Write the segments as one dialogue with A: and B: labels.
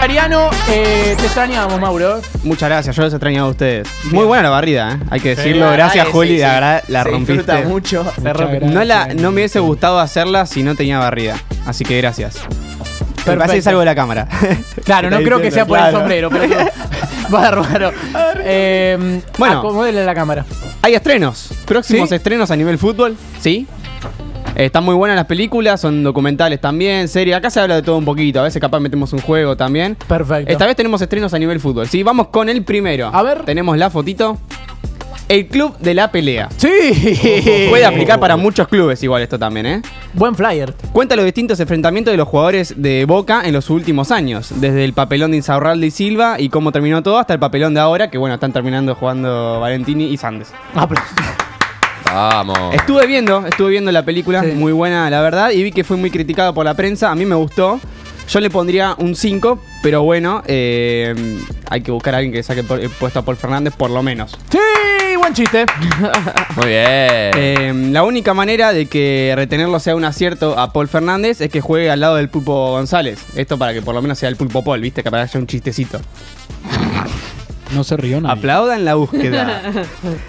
A: Ariano, eh, te extrañamos, Mauro.
B: Muchas gracias, yo los extrañaba a ustedes. Muy buena la barrida, ¿eh? hay que decirlo. Gracias,
C: Ay,
B: Juli,
C: sí,
B: la
C: sí.
B: verdad la
C: Se
B: rompiste.
C: disfruta mucho.
A: Te rompe-
D: gracias.
B: No, la, no me hubiese gustado hacerla si no tenía barrida. Así que gracias. Me parece que
A: Perfecto.
B: es algo de la cámara.
A: Claro, no
C: Está
A: creo que
C: diciendo,
A: sea por el
C: claro.
A: sombrero, pero bárbaro. Eh,
B: Bueno.
A: acomódele la cámara.
B: Hay estrenos. Próximos
A: ¿Sí?
B: estrenos a nivel fútbol. Sí. Eh, Están muy buenas las películas, son documentales también, series. Acá se habla de todo un poquito. A veces capaz metemos un juego también.
A: Perfecto.
B: Esta vez tenemos estrenos a nivel fútbol. Sí, vamos con el primero.
A: A ver.
B: Tenemos la fotito. El club de la pelea.
A: Sí.
B: Puede aplicar para muchos clubes igual esto también, ¿eh?
A: Buen flyer.
B: Cuenta los distintos enfrentamientos de los jugadores de Boca en los últimos años, desde el papelón de Insaurralde y Silva y cómo terminó todo hasta el papelón de ahora, que bueno, están terminando jugando Valentini y Sandes.
A: Aplausos.
E: Vamos.
B: Estuve viendo, estuve viendo la película,
A: Sí.
B: muy buena la verdad, y vi que fue muy criticada por la prensa, a mí me gustó. Yo le pondría un 5, pero bueno, eh, hay que buscar a alguien que saque por- el puesto a Paul Fernández por lo menos.
A: Sí, buen chiste.
E: Muy bien.
B: Eh, la única manera de que retenerlo sea un acierto a Paul Fernández es que juegue al lado del Pulpo González. Esto para que por lo menos sea el Pulpo Paul, ¿viste? Que para que haya un chistecito.
D: No se rió nadie.
B: Aplaudan la búsqueda.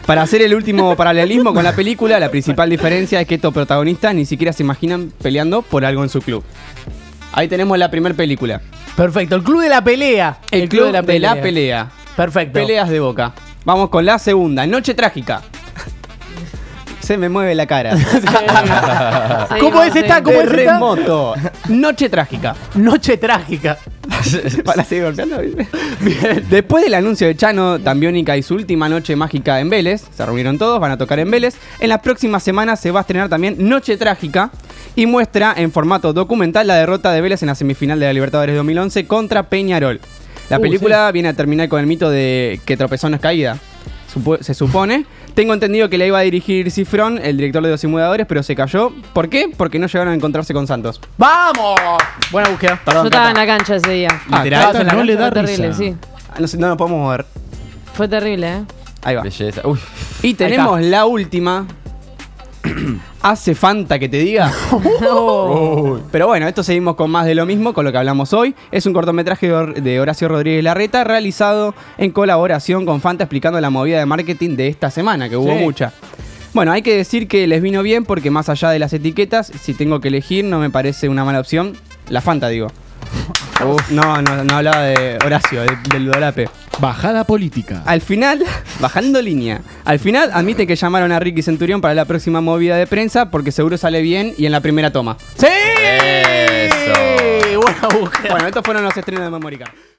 B: para hacer el último paralelismo con la película, la principal diferencia es que estos protagonistas ni siquiera se imaginan peleando por algo en su club. Ahí tenemos la primera película.
A: Perfecto. El club de la pelea.
B: El, club, de, la pelea.
A: Perfecto.
B: Peleas de boca. Vamos con la segunda. Noche trágica. se me mueve la cara.
A: ¿Cómo es esta? ¿Cómo es esta?
B: Terremoto. Noche trágica.
A: Noche trágica.
B: Para seguir golpeando. Bien. Después del anuncio de Chano, Tambiónica y su última noche mágica en Vélez, se reunieron todos, van a tocar en Vélez. En las próximas semanas se va a estrenar también Noche Trágica y muestra en formato documental la derrota de Vélez en la semifinal de la Libertadores 2011 contra Peñarol. La
A: Uh,
B: película viene a terminar con el mito de que tropezón no es caída. supo- se supone. Tengo entendido que la iba a dirigir Cifrón, el director de Los Simuladores, pero se cayó. ¿Por qué? Porque no llegaron a encontrarse con Santos.
A: ¡Vamos! Buena búsqueda.
B: Perdón,
F: Yo estaba en
B: Cata.
F: la cancha ese día.
B: Ah,
D: Literal.
B: estabas en la
D: No le
B: cancha.
D: da
F: Fue terrible,
D: risa.
F: sí.
B: Ah, No, sé, no nos podemos mover.
F: Fue terrible, ¿eh?
B: Ahí va.
E: Belleza. Uy.
B: Y tenemos la última. ¿Hace falta que te diga?
F: Oh.
B: Pero bueno, esto seguimos con más de lo mismo, con lo que hablamos hoy. Es un cortometraje de Hor- de Horacio Rodríguez Larreta realizado en colaboración con Fanta explicando la movida de marketing de esta semana, que hubo
A: Sí.
B: mucha. Bueno, hay que decir que les vino bien porque más allá de las etiquetas, si tengo que elegir, no me parece una mala opción. La Fanta, digo. Uf, no, no, no hablaba de Horacio, de- del Dolape.
D: Bajada política.
B: Al final, bajando línea, al final admite que llamaron a Ricky Centurión para la próxima movida de prensa porque seguro sale bien y en la primera toma.
A: ¡Sí!
E: Eso.
A: Buena búsqueda.
B: Bueno, estos fueron los estrenos de Memórica.